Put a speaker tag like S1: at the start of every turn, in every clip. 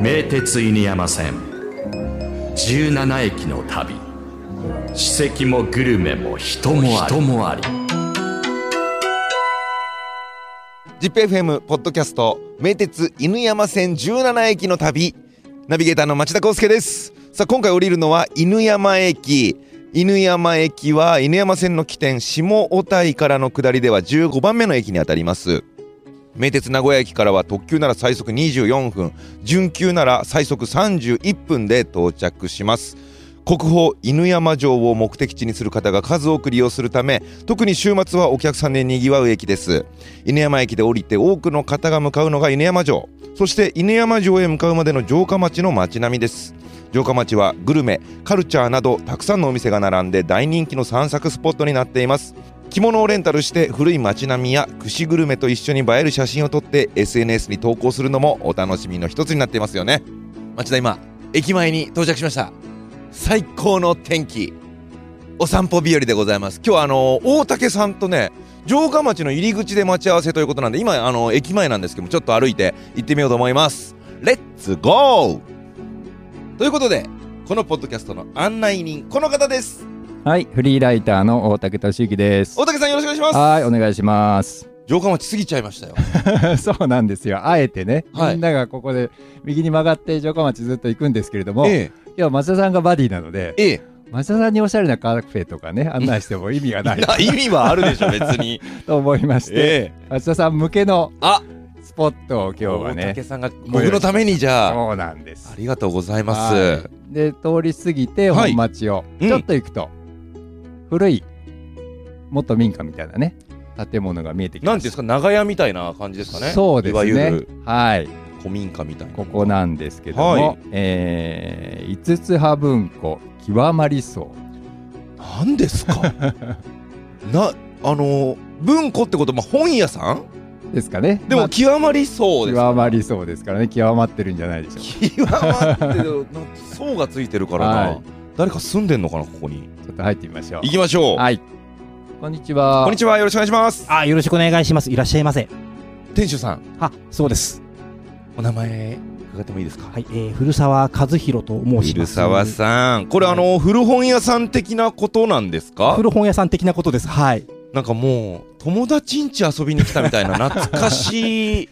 S1: 名鉄犬山線17駅の旅史跡もグルメも人もあり人もあり
S2: ZIPFM ポッドキャスト名鉄犬山線17駅の旅ナビゲーターの町田康介ですさあ今回降りるのは犬山駅犬山駅は犬山線の起点下小台からの下りでは15番目の駅にあたります名鉄名古屋駅からは特急なら最速24分準急なら最速31分で到着します国宝犬山城を目的地にする方が数多く利用するため特に週末はお客さんでにぎわう駅です犬山駅で降りて多くの方が向かうのが犬山城そして犬山城へ向かうまでの城下町の街並みです城下町はグルメカルチャーなどたくさんのお店が並んで大人気の散策スポットになっています着物をレンタルして古い街並みや串グルメと一緒に映える写真を撮って SNS に投稿するのもお楽しみの一つになっていますよね町田今駅前に到着しました最高の天気お散歩日和でございます今日はあの大竹さんとね城下町の入り口で待ち合わせということなんで今あの駅前なんですけどもちょっと歩いて行ってみようと思いますレッツゴーということでこのポッドキャストの案内人この方です
S3: はい、フリーライターの大竹俊之です。
S2: 大竹さんよろしくお願いします
S3: はい、お願いします。
S2: 城下町過ぎちゃいましたよ
S3: そうなんですよ。あえてね、
S2: はい
S3: みんながここで右に曲がって城下町ずっと行くんですけれども、
S2: え
S3: いや、松田さんがバディなので、
S2: ええ
S3: 松田さんにおしゃれなカフェとかね、案内しても意味が ない
S2: えな意味は ある でしょ別に
S3: と思いまして、
S2: ええ
S3: 松田さん向けの
S2: あ
S3: スポットを今日は
S2: 大
S3: ね
S2: 竹、さんが僕のためにじゃあ
S3: そうなんです
S2: あ。りがとうございます、
S3: はいで通り過ぎて
S2: はい
S3: 本町を、
S2: うん
S3: ちょっと行くと、古い元民家みたいなね建物が見えてき
S2: な
S3: ま
S2: ん
S3: す
S2: ていうんですか長屋みたいな感じですかね
S3: そうです
S2: いわゆ
S3: ね
S2: る
S3: はい
S2: 古民家みたいな
S3: ここなんですけども、
S2: はい
S3: えー、五つ葉文庫極まりそう
S2: なんです かなあの文庫ってことまあ本屋さん
S3: ですかね
S2: でも、
S3: まあ
S2: 極まりそうです
S3: 極まりそうですからね極まってるんじゃないでしょうか
S2: 極まってるなん層がついてるからな、
S3: はい
S2: 誰か住んでんのかなここに
S3: ちょっと入ってみましょう
S2: 行きましょう、
S3: はいこんにちは
S2: こんにちはよろしくお願いします
S4: あ、よろしくお願いします。いらっしゃいませ。
S2: 店主さん
S4: あ、そうです。
S2: お名前伺ってもいいですか
S4: はい、えー、古澤和弘と申します。
S2: 古沢さんこれ、
S4: はい
S2: あの古本屋さん的なことなんですか
S4: 古本屋さん的なことです。はい。
S2: なんかもう友達ん家遊びに来たみたい な懐かしい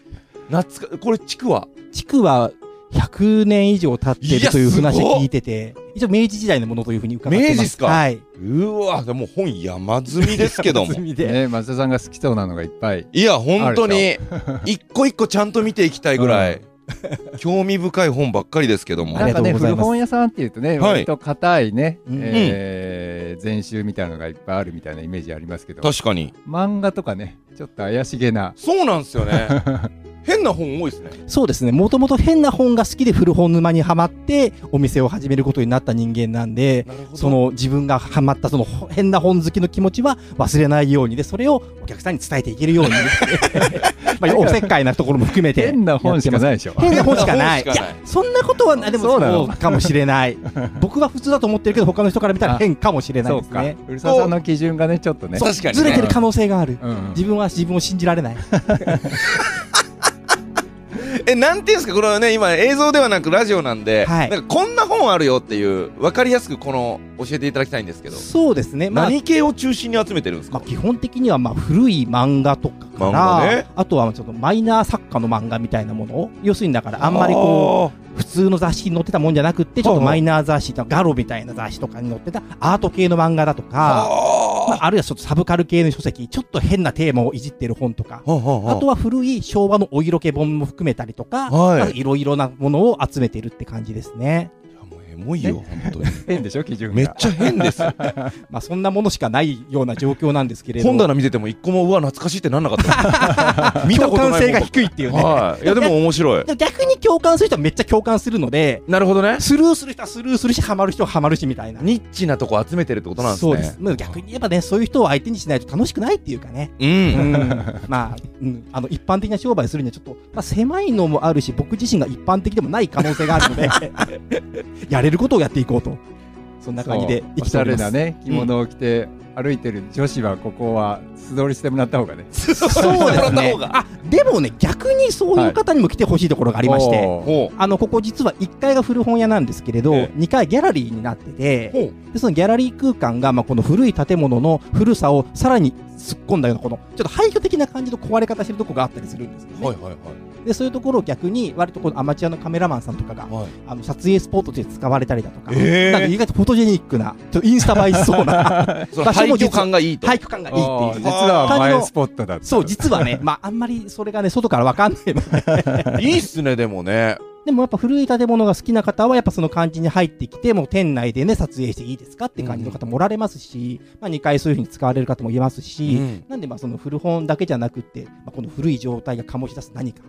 S2: 懐かこれ地区は
S4: 地区は100年以上経って
S2: いや
S4: るという話
S2: すごっ
S4: 聞いてて、一応明治時代のものというふうに伺ってます。
S2: 明治っすか
S4: はい。
S2: うわでも本山積みです けども
S4: 積みで
S3: ね松田さんが好きそうなのがいっぱい
S2: いや本当に 一個一個ちゃんと見ていきたいぐらい、 興味深い本ばっかりですけども
S4: あ
S3: な
S4: り
S3: んか
S4: がとう
S3: ね
S4: ございます
S3: 古本屋さんっていうとね、
S2: はい
S3: 割と硬いね、
S4: うん
S3: えー全集みたいなのがいっぱいあるみたいなイメージありますけど
S2: 確かに
S3: 漫画とかねちょっと怪しげな
S2: そうなんですよ ね変な本多いですね
S4: そうですね。もともと変な本が好きで古本沼にはまって、お店を始めることになった人間なんで、
S2: なるほ
S4: その自分がハマったその変な本好きの気持ちは忘れないようにでそれをお客さんに伝えていけるようにまあおせっかいなところも含めて
S3: 変な本しかないでしょ
S4: 変な本しかないい
S2: 変な本しかない
S4: やそんなことはなでも
S3: そうな
S4: そ
S3: の
S4: うかもしれない僕は普通だと思ってるけど他の人から見たら変かもしれない
S3: そ
S4: で
S3: う
S4: す
S3: か
S4: ね
S3: 古澤さんの基準がねちょっとね
S2: そう確かにね
S4: ずれてる可能性がある
S3: うんうん
S4: 自分は自分を信じられない
S2: えなんていうんですかこれはね今映像ではなくラジオなんで、
S4: はい
S2: なんかこんな本あるよっていう分かりやすくこの教えていただきたいんですけど、
S4: そうですねまあ
S2: 何系を中心に集めてるんです
S4: まあ
S2: か、
S4: 基本的にはまあ古い漫画とかか
S2: 漫画
S4: ら
S2: ね
S4: あとはちょっとマイナー作家の漫画みたいなもの要するにだからあんまりこう普通の雑誌に載ってたもんじゃなくって、ちょっとマイナー雑誌とか、ガロみたいな雑誌とかに載ってたアート系の漫画だとか、まあ、あるいはちょっとサブカル系の書籍、ちょっと変なテーマをいじってる本とか、
S2: あは
S4: あとは古い昭和のお色気本も含めたりとか、
S2: はい
S4: まあいろいろなものを集めてるって感じですね。
S2: いやもうエモいよ本当に
S3: 変でしょ基準が
S2: めっちゃ変ですよ
S4: まあそんなものしかないような状況なん ですけれど
S2: 本棚見てても一個もうわ懐かしいってなんなかった 見たことない
S4: 共感性が低いっていうね
S2: はいいやでも面白い
S4: でも逆に共感する人はめっちゃ共感するので、
S2: なるほどね
S4: スルーする人はスルーするし、ハマる人はハマるしみたいな。
S2: ニッチなとこ集めてるってことなんですね
S4: そうです。まあ逆に言えばね、そういう人を相手にしないと楽しくないっていうかね。
S2: うん
S4: まあ、うん、あの一般的な商売するにはちょっと、まあ、狭いのもあるし僕自身が一般的でもない可能性があるのでやれることをやっていこうとそんな感じで
S3: そう
S4: 生きております
S3: おしゃれなね着物を着て歩いてる女子はここは素通りしてもらった方がね
S4: そうですね
S2: もらった方が
S4: あでもね逆にそういう方にも来てほしいところがありまして、
S3: おー
S2: ほう
S4: あのここ実は1階が古本屋なんですけれど、
S2: ええ
S4: 2階ギャラリーになってて、
S2: ほ
S4: でそのギャラリー空間が、まあ、この古い建物の古さをさらに突っ込んだようなこのちょっと廃墟的な感じの壊れ方してるとこがあったりするんですよね、
S2: はいはい
S4: でそういうところを逆に割とこのアマチュアのカメラマンさんとかが
S2: はいはい
S4: あの撮影スポットとして使われたりだとか、
S2: ええ
S4: なんか意外とフォトジェニックなちょっとインスタ映えしそ うな
S2: その廃墟感がいいと
S4: 廃墟感がいいっていう
S3: 実は映えスポットだった
S4: そう実はねまああんまりそれがね外からわかんないの
S2: いいっすねでもね
S4: でもやっぱ古い建物が好きな方はやっぱその感じに入ってきて、もう店内でね、撮影していいですかって感じの方もおられますし、まあ2回そういうふうに使われる方もいますし、
S2: うん
S4: なんでまあその古本だけじゃなくって、まあ、この古い状態が醸し出す何か。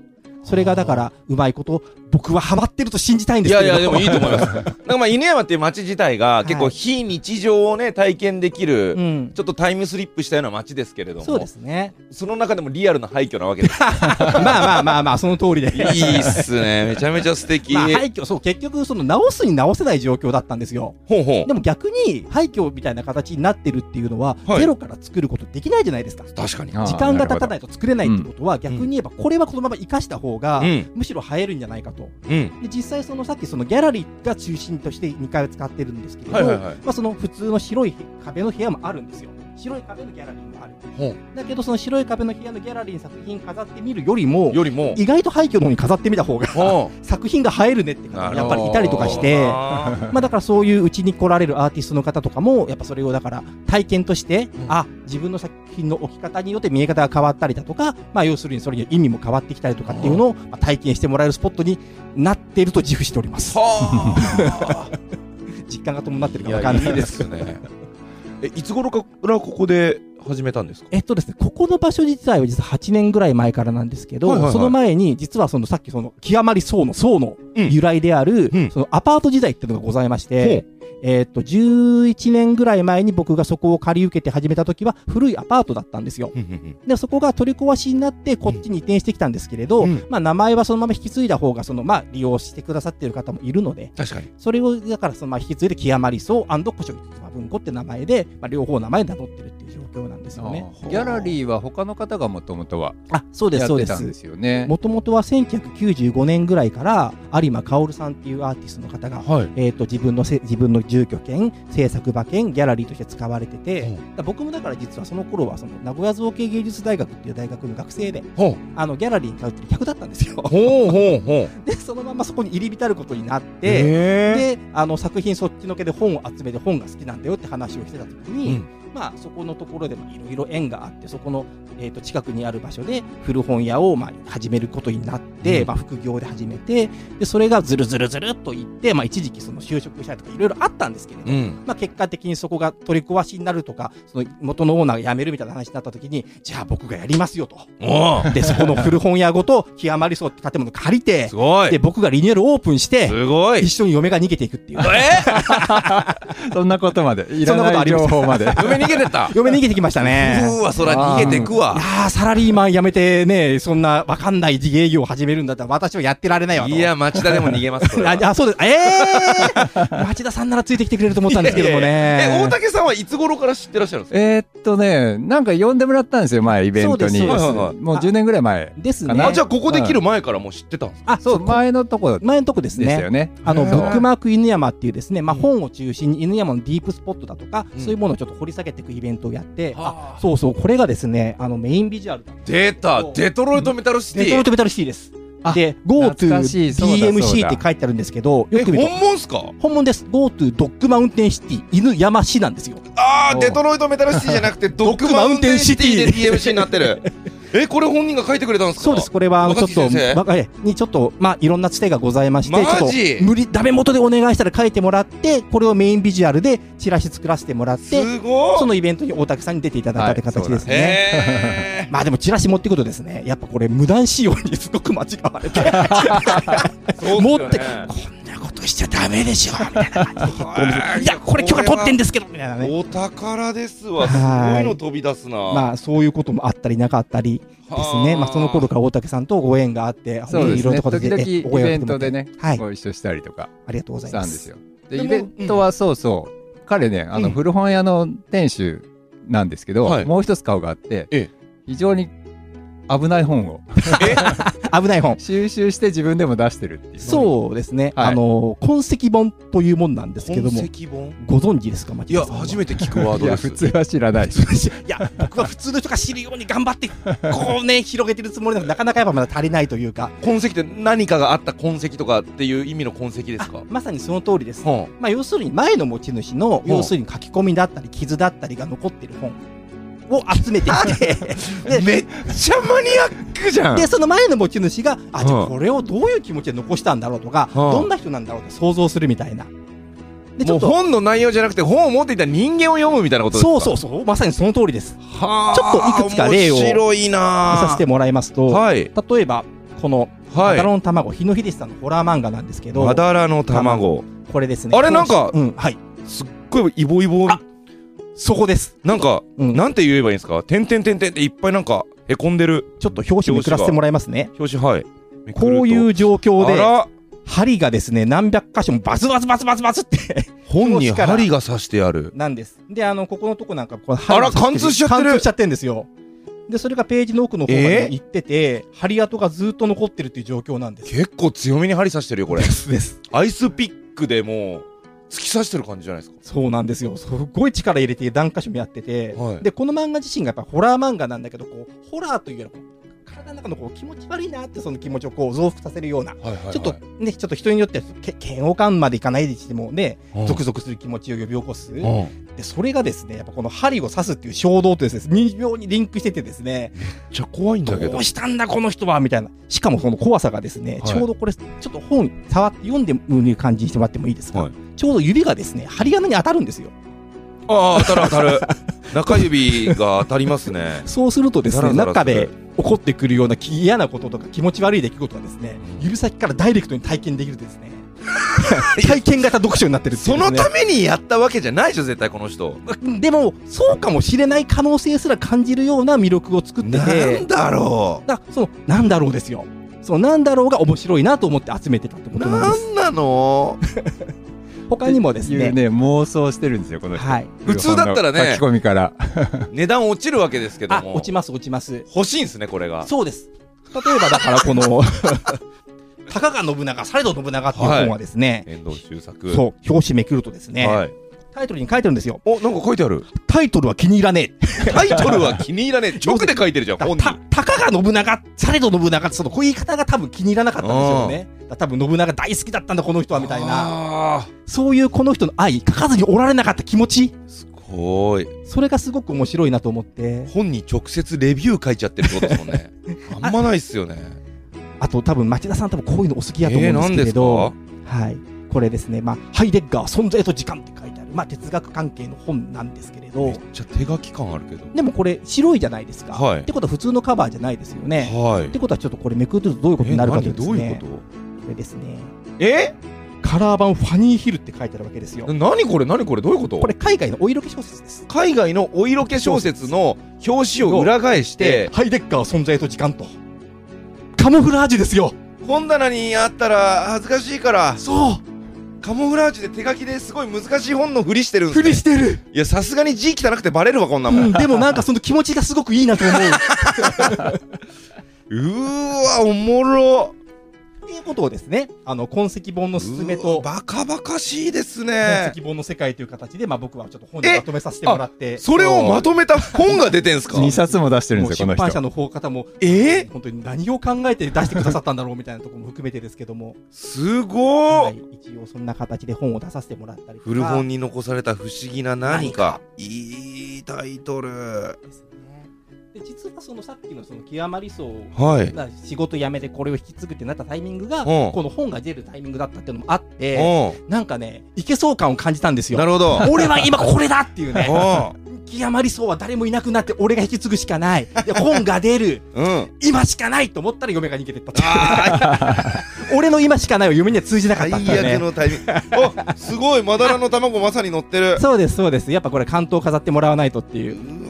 S4: それがだから、うまいこと、僕はハマってると信じたいんで
S2: い
S4: す
S2: やい
S4: けれ
S2: や
S4: ど
S2: でもいいと思い ますなんかまあ犬山っていう街自体が
S4: い
S2: 結構非日常をね体験できる、
S4: うん
S2: ち。ょっとタイムスリップしたような街ですけれども
S4: そうですね。
S2: その中でもリアルな廃墟なわけです
S4: まあまあまあまあ、その通りで。
S2: いいっすねめちゃめちゃ素敵、
S4: まあ廃墟、そう、結局、その直すに直せない状況だったんですよ。
S2: ほうほう
S4: でも逆に、廃墟みたいな形になってるっていうのは、
S2: はい
S4: ゼロから作ることできないじゃないですか。
S2: 確かに
S3: あー
S4: 時間が経た
S3: な
S4: な
S3: る
S4: いと作れないってことは逆に言えばこれはこのまま生かした方が
S2: うん
S4: むしろ映えるんじゃないかと
S2: うん
S4: で実際そのさっきそのギャラリーが中心として2階を使ってるんですけれど、
S2: はいはいはい
S4: まあ、その普通の白い壁の部屋もあるんですよ白い壁のギャラリーもある
S2: ほう
S4: だけどその白い壁の部屋のギャラリーに作品飾ってみるよりも
S2: よりも
S4: 意外と廃墟の方に飾ってみた方が
S2: ほう
S4: 作品が映えるねって方がやっぱりいたりとかし
S2: な
S4: て
S2: るほ。どな
S4: まあだからそういううちに来られるアーティストの方とかもやっぱそれをだから体験として、あ自分の作品の置き方によって見え方が変わったりだとか、まあ、要するにそれに意味も変わってきたりとかっていうのをまあ体験してもらえるスポットになっていると自負しております
S2: は あ
S4: 実感が伴ってる
S2: い
S4: かわか
S2: や
S4: んな
S2: い
S4: い
S2: いですね。えいつ頃からここで始めたんですか。
S4: えっとですね、ここの場所自体は実は8年ぐらい前からなんですけど、
S2: はいはいはい
S4: その前に実はそのさっきその極まり層の層の
S2: うん
S4: 由来である、
S2: うん
S4: そのアパート時代っていうのがございまして、えっと11年ぐらい前に僕がそこを借り受けて始めた時は古いアパートだったんですよ。でそこが取り壊しになってこっちに移転してきたんですけれど、
S2: うん
S4: まあ、名前はそのまま引き継いだ方がその、まあ、利用してくださっている方もいるので
S2: 確かに。
S4: それをだからそのまあ引き継いで極まりそう古書一文庫って名前で、まあ、両方名前名乗ってるっていう状況なんですよね。
S3: ほどギャラリーは他の方がもともとは
S4: あそうで
S3: や
S4: す
S3: っ
S4: そう
S3: て
S4: で
S3: たんですすよね
S4: もともとは1995年ぐらいから有馬薫さんっていうアーティストの方が、
S2: はい。
S4: えー、と自分のせ自分の住居兼制作場兼ギャラリーとして使われてて、
S2: うん
S4: だから僕もだから実はその頃はその名古屋造形芸術大学っていう大学の学生で
S2: ほ
S4: あのギャラリーに通ってる客だったんですよ
S2: うほうほうほう。
S4: でそのままそこに入り浸ることになって、
S2: え
S4: であの作品そっちのけで本を集めて本が好きなんだよって話をしてた時
S2: う
S4: に、
S2: ん
S4: まあ、そこのところでもいろいろ縁があってそこの、えー、と近くにある場所で古本屋を、まあ、始めることになって、
S2: うん
S4: まあ、副業で始めてでそれがずるずるずるっといって、まあ、一時期その就職したりとかいろいろあったんですけれど、
S2: うん。
S4: まあ、結果的にそこが取り壊しになるとかその元のオーナーが辞めるみたいな話になった時にじゃあ僕がやりますよと。
S2: おお。
S4: でそこの古本屋ごと極まりそうって建物借りて
S2: すご
S4: で
S2: い。
S4: 僕がリニューアルオープンして
S2: すご
S4: 一
S2: い。
S4: 緒に嫁が逃げていくっていう。
S3: そんなことまでいら
S4: そんなこと
S3: な
S4: あ
S3: い
S4: り
S3: 情
S4: ません
S3: 報 まで
S2: 嫁逃げてった。
S4: 嫁逃げてきましたね。
S2: うわそら逃げてく
S4: い
S2: わ
S4: や。ーサラリーマン辞めてね、そんなわかんない自営業を始めるんだったら私はやってられないわと。
S2: いや町田でも逃げます。それは
S4: あ、あそうです。えー、 町田さんならついてきてくれると思ったんですけどもね。
S2: え大竹さんはいつ頃から知ってらっしゃるんですか。
S3: えーっとねなんか呼んでもらったんですよ前イベントに
S4: そうです
S2: そうです
S3: もう10年ぐらい前
S4: です
S3: え
S4: ね。
S3: ー
S2: あじゃあここで切る前からもう知ってたんですか。
S4: あ、
S3: そう前のとこで
S4: 前のとこです
S3: すよ
S4: ね。
S3: ね
S4: あの、
S2: へー
S4: ブックマーク犬山っていうですね、まあ、本を中心に犬山のディープスポットだとか、
S2: うん
S4: そういうものをちょっと掘り下げていくイベントをやって、あ
S2: あ
S4: そうそう、これがですね、あの、メインビジュアルだ
S2: 出たデトロイトメタルシ
S4: デトロ
S2: ティ。
S4: イトメタルシティです。
S3: あ
S4: で、
S3: 懐かしいそうだそうだ
S4: GoToDMC って書いてあるんですけど、
S2: え
S4: よく見ると、
S2: 本物っすか。
S4: 本物です。GoTo ドッグマウンテンシティ、犬山市なんですよ。
S2: あ
S3: お
S2: あ
S3: う
S2: デトロイトメタルシティじゃなく てドッ
S4: グ
S2: グ
S4: マ
S2: マ
S4: ウ
S2: ウ
S4: ン
S2: ン
S4: テ
S2: テ
S4: ン
S2: ン
S4: シ
S2: シ
S4: テ
S2: テ
S4: ィ
S2: ィで DMC になって るえこれ本人が書いてくれたんですか
S4: そうです、これは、あの、ちょ
S2: 若
S4: っ
S2: 槻
S4: と
S2: 先生、
S4: わかえにちょっと、まあ、いろんなつてがございまして、
S2: マジ
S4: ちょっと、無理、ダメ元でお願いしたら書いてもらって、これをメインビジュアルでチラシ作らせてもらって、
S2: すごい
S4: そのイベントに大竹さんに出ていただいたって形ですね。
S2: へ
S4: まあでもチラシ持ってくるとですね、やっぱこれ無断使用にすごく間違われて、
S2: ーそうす
S4: 持
S2: よ
S4: って、
S2: ね
S4: こんなことしちゃダメでしょ、みたいな感じで結構見せ
S2: は
S4: て、
S2: い
S4: いや、これ許可取ってんですけど、みたいなね。
S2: お宝ですわす
S4: は
S2: ご
S4: い
S2: いの飛び出すな
S4: まあそういうこともあったりなかったりですね、
S2: はあ
S4: まあ、その頃から大竹さんとご縁があって、
S3: そうですね
S4: 本当に
S3: 時々イ
S4: えご縁を
S3: ベ
S4: いただいて
S3: ントでね
S4: はい、
S3: ご一緒したりとか
S4: ありがとうござ
S3: し
S4: い
S3: た
S4: ま。
S3: んですすよで
S2: で
S3: イ
S2: も
S3: ベントはそうそう彼ね、あの、
S2: うん
S3: 古本屋の店主なんですけど、
S2: はい
S3: もう一つ顔があって、
S2: ええ
S3: 非常に危ない本を
S4: 危ない本。
S3: 収集して自分でも出してるっていう。う。
S4: そうですね。
S3: はい
S4: あの、痕跡本というもんなんですけども、
S2: 石本
S4: ご存知ですか、町
S2: いや
S4: 田さんは。
S2: 初めて聞くワー
S3: い
S2: ド
S3: や、
S2: で
S3: 普
S2: す
S3: 通は知らない。
S4: いや、僕は普通の人が知るように頑張って、こうね、広げてるつもりなのなかなかやっぱまだ足りないというか、
S2: 痕跡って何かがあった痕跡とかっていう意味の痕跡ですか
S4: まさにその通りです。
S2: は
S4: まあ、要するに前の持ち主の、
S2: うん
S4: 要するに書き込みだったり、傷だったりが残ってる本を集 めてきて、
S2: あめっちゃマニアックじゃん
S4: で、その前の持ち主が、あ、じゃ
S2: う
S4: あ
S2: ん
S4: これをどういう気持ちで残したんだろうとか、
S2: うん
S4: どんな人なんだろうって想像するみたいな。で、ち
S2: も
S4: ょ
S2: う
S4: っと、
S2: 本の内容じゃなくて本を持っていた人間を読むみたいなことですか
S4: そうそうそう、まさにその通りです。
S2: はあ
S4: ちょっといくつか例を
S2: 面白いな
S4: 見
S2: あ
S4: させてもらいますと、
S2: はい
S4: 例えば、この、マ
S2: は
S4: ダ
S2: い
S4: ロン卵、日野秀さんのホラー漫画なんですけど、
S2: マダラの卵
S4: これですね。
S2: あれなんか
S4: うん、はい。
S2: すっごいイボイボ
S4: あそこです。
S2: なんか
S4: うん。
S2: なんて言えばいいんですか点々点々っていっぱいなんかへこんでる
S4: ちょっと表紙めくらせてもらいますね。
S2: 表紙はいめくると
S4: こういう状況
S2: あ
S4: で、
S2: ら
S4: 針がですね、何百箇所もバズバズバズバズバズって、
S2: 本に
S4: 表紙から
S2: 針が刺してある
S4: なんです。で、あの、ここのとこなんか、こう
S2: あら貫通しちゃってる
S4: 貫通しちゃってるんですよ。で、それがページの奥の方ま
S2: え
S4: で
S2: ー
S4: 行ってて、針跡がずっと残ってるっていう状況なんです。
S2: 結構強めに針刺してるよこれ
S4: ですです。
S2: アイスピックでもう突き刺してる感じじゃないですか
S4: そうなんですよ。すごい力入れて何箇所もやってて、
S2: はい
S4: で、この漫画自身がやっぱホラー漫画なんだけど、こう、ホラーというよりはこう、体の中のこう気持ち悪いなってその気持ちをこう増幅させるような
S2: はいはいはい
S4: ちょっとね、ちょっと人によってはけ嫌悪感までいかないにしてもね、
S2: うん
S4: ゾクゾクする気持ちを呼び起こす。
S2: うん
S4: で、それがですね、やっぱこの針を刺すっていう衝動とですね、微妙にリンクしててですね、
S2: めっちゃ怖いんだけ
S4: ど
S2: ど
S4: うしたんだこの人はみたいな。しかもその怖さがですね、
S2: はい
S4: ちょうどこれ、ちょっと本触って読んでる感じにしてもらってもいいですか、
S2: はい
S4: ちょうど指がですね、針金に当たるんですよ。
S2: ああ当たる当たる 中指が当たりますね
S4: そうするとですね、
S2: ザラザラ
S4: 中
S2: する
S4: で起こってくるような嫌なこととか気持ち悪い出来事がですね、
S2: うん
S4: 指先からダイレクトに体験できるで すね。体験型読書になってるってい
S2: そう
S4: ですね
S2: のためにやったわけじゃないでしょ絶対この人
S4: でも、そうかもしれない可能性すら感じるような魅力を作って
S2: なん
S4: て、
S2: だろ
S4: だからその、なんだろうですよ。その、なんだろうが面白いなと思って集めてたって
S2: う
S4: ことなん
S2: な
S4: です。
S2: んなの
S4: 他にもです
S3: いう
S4: ね、
S3: ね、妄想してるんですよ、この人。
S4: はい。
S2: 普通だったらね
S3: 書き込みから。
S2: 値段落ちるわけですけど
S4: あ、
S2: も
S4: 落ちます、落ちます。
S2: 欲しいんですねこれが
S4: そうです。例えば、だからこ の、たかが信長、されど信長っていう本はですね、
S2: 遠藤周作
S4: そう、表紙めくるとですね、
S2: はい
S4: タイトルに書いてるんですよ。
S2: おなんか書いてあ る
S4: タイトルは気に入らねえ。
S2: タイトルは気に入らねえ直で書いてるじゃん
S4: だ
S2: 本に
S4: たたかが信長、されど信長って、そのこういう言い方が多分気に入らなかったんですよね。だから多分信長大好きだったんだ、この人はみたいな。
S2: な
S4: そういうこの人の愛、書かずにおられなかった気持ち、
S2: すごい
S4: それがすごく面白いなと思って、
S2: 本に直接レビュー書いちゃってるってことですもん ねあんまないっすよね
S4: あと多分町田さん多分こういうのお好き
S2: え
S4: やと
S2: ー
S4: 思うんで
S2: な
S4: す
S2: んで
S4: け
S2: す
S4: れ
S2: か
S4: ど、はい。これですね、まあ、ハイデッガー存在と時間って書いてある、まあ、哲学関係の本なんですけれ
S2: め
S4: ど
S2: っ、ちゃ手書き感あるけど
S4: でもこれ白いじゃないですか。
S2: はい
S4: ってことは普通のカバーじゃないですよね。
S2: はい
S4: ってことはちょっとこれめくるとどういうことになるかというとです
S2: 何どういう
S4: ね
S2: こ、
S4: これですね、
S2: とえ
S4: カラー版ファニーヒルって書いてあるわけですよ。
S2: 何これ何これどういうこと
S4: これ海外のお色気小説です。
S2: 海外のお色気小説の表紙を裏返して
S4: ハイデッカー存在と時間と。カモフラージュですよ
S2: 本棚にあったら恥ずかしいから
S4: そう
S2: カモフラージュで手書きですごい難しい本のふりしてるんです、
S4: ふ
S2: ね、
S4: りしてる、
S2: いやさすがに字汚くてバレるわこんな
S4: う、
S2: もん、うん
S4: でもなんかその気持ちがすごくいいなと思うっ
S2: ーわおもろ
S4: ていうことをですねあの痕跡本の勧め
S2: うー
S4: と
S2: バカバカしいです
S4: 痕
S2: ね
S4: 跡本の世界という形で、まあ、僕はちょっと本にまとめさせてもらって
S2: それをまとめた本が出てんすか
S3: 2冊も出してるん
S4: も
S3: で
S4: う
S3: すよ、
S4: 出
S3: この
S4: 版
S3: 人
S4: 社。の方方も
S2: え
S4: 本当に何を考えて出してくださったんだろうみたいなところも含めてですけど も、
S2: すご、
S4: はいい、一応そんな形で本を出させてもらったりとか
S2: 古本に残された不思議な何かいいタイトル
S4: ですねで実はそのさっきのその極まりそう
S2: はい
S4: まあ仕事辞めてこれを引き継ぐってなったタイミングが、
S2: うん
S4: この本が出るタイミングだったっていうのもあって、
S2: う
S4: なんかね、いけそう感を感じたんです
S2: んな
S4: よ。
S2: るほど
S4: 俺は今これだって いうね、
S2: う
S4: 極まりそうは誰もいなくなって俺が引き継ぐしかない。で本が出る。
S2: んうん
S4: 今しかないと思ったら嫁が逃げてったっていう俺の今しかないは嫁には通じなかっ
S2: 最
S4: たっていう
S2: 悪
S4: ね。
S2: のタイミングあすごいまだらの卵まさに乗ってる
S4: そうです、そうです。やっぱこれ関東飾ってもらわないとっていう。
S2: うわいい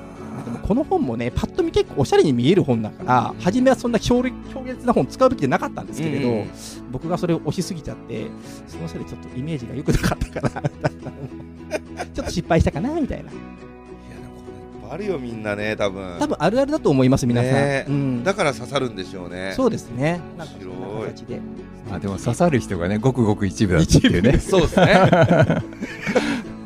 S2: な
S4: でもこの本もね、パッと見結構おしゃれに見える本だから、初めはそんな強烈強烈な本使うべきじゃなかったんですけれど、
S2: うんうん
S4: 僕がそれを押しすぎちゃって、そのせいでちょっとイメージが良くなかっ たから、ちょっと失敗したかな、みたいな。
S2: いやでもこれいっぱいあるよみんなね多分
S4: 多分あるあるだと思います、皆さん。
S2: ねえ
S4: うん、
S2: だから刺さるんでしょうね
S4: そうですね。
S2: 面
S4: なんか
S2: 白い
S4: そんな形で。
S3: あでも刺さる人がねごくごく一部だっていうね
S2: そうですね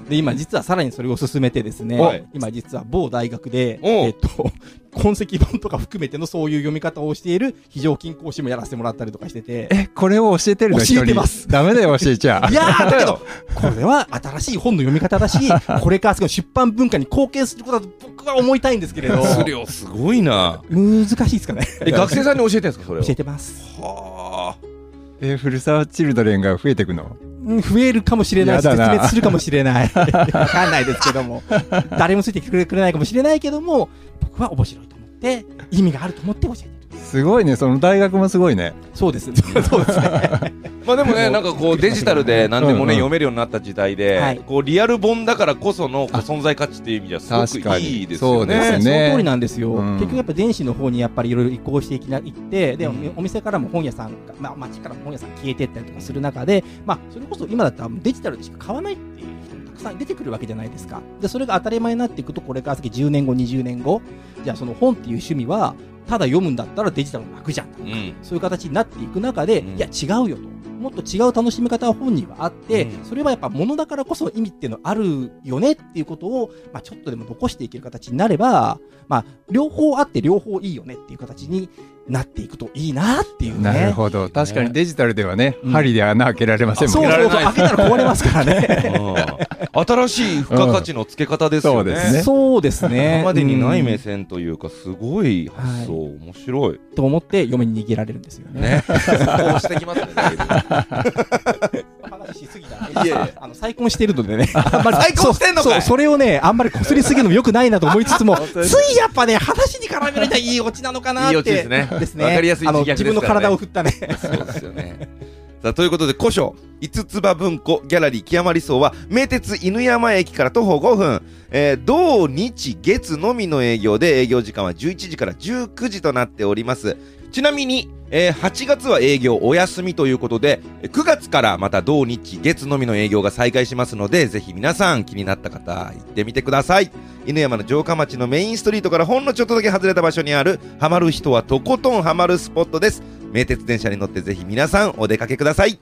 S4: で今実はさらにそれを進めてですね、
S2: はい
S4: 今実は某大学で、
S2: おう
S4: えっと、 痕跡本とか含めてのそういう読み方をしている非常勤講師もやらせてもらったりとかしてて、
S3: えこれを教えてるの人に
S4: 教えてます
S3: ダメだよ教えちゃ
S4: いや ーだけど、これは新しい本の読み方だし、 これからすごい出版文化に貢献することだと僕は思いたいんですけ れど、
S2: 熱量すごいな
S4: 難しいで すかね。
S2: え学生さんに教えてるんですかそれを
S4: 教えてます。
S2: はあ
S3: えフルサーチルドレンが増えていくの
S4: うん増えるかもしれないし、
S3: やだ
S4: 絶
S3: な
S4: 滅するかもしれない。わかんないですけども、誰もついてきてくれないかもしれないけども、僕は面白いと思って、意味があると思って教えてる。
S3: すごいねその大学もすごいね
S4: そう です。そうですね。
S2: まあでもねなんかこうデジタルで何でもね
S3: うんうん
S2: 読めるようになった時代
S4: は
S2: で
S4: い
S2: こうリアル本だからこそのこう存在価値っていう意味ではす
S3: 確
S2: ごく
S3: かに
S2: いいです
S3: そ
S2: よ
S3: うです
S2: ね
S3: ね
S4: その通りなんですよ、
S3: うん
S4: 結局やっぱ電子の方にやっぱりいろいろ移行していきな行ってで、
S2: うん
S4: お店からも本屋さんが、まあ、街からも本屋さん消えてったりとかする中で、まあ、それこそ今だったらデジタルでしか買わないっていう人もたくさん出てくるわけじゃないですかでそれが当たり前になっていくとこれから先10年後20年後じゃあその本っていう趣味はただ読むんだったらデジタルの楽じゃん
S2: うん
S4: そういう形になっていく中で、
S2: うん
S4: いや違うよと。もっと違う楽しみ方は本にはあっ
S2: う
S4: て、
S2: ん
S4: それはやっぱ物だからこその意味っていうのあるよねっていうことを、まあ、ちょっとでも残していける形になれば、まあ、両方あって両方いいよねっていう形になっていくといいなっていうね。
S3: なるほど確かにデジタルではね
S4: うん
S3: 針で穴開けられませんも
S4: そ
S3: ん
S4: う
S3: ね
S4: そうそう、開けたら壊れますからね。
S2: うん新しい付加価値の付け方です よね。
S3: うんそうですね
S4: そうですね。
S2: 今までにない目
S4: ス
S2: 線というか、すごい発想、面白い。
S4: と思って嫁に逃げられるんですよね。
S2: ね。こうしてきますね。だいぶ
S4: 話しすぎた
S2: いやいや
S4: あの再婚してるの でね。再婚してんのかそうそうそれをね、あんまり擦りすぎるのも良くないなと思いつ つも、ついやっぱね、話に絡めるにはいいオチなのかなって。
S2: いいオチですね
S4: ですね。
S2: わかりやすい
S4: あの
S2: 自虐です
S4: 自
S2: からね
S4: 分の体を振ったね。
S2: そうですよね。さあということで古書五つ葉文庫ギャラリー木山理想は名鉄犬山駅から徒歩5分、えー同日月のみの営業で営業時間は11時から19時となっておりますちなみに、えー8月は営業お休みということでえー9月からまた同日月のみの営業が再開しますのでぜひ皆さん気になった方行ってみてください犬山の城下町のメインストリートからほんのちょっとだけ外れた場所にあるハマる人はとことんハマるスポットです名鉄電車に乗ってぜひ皆さんお出かけください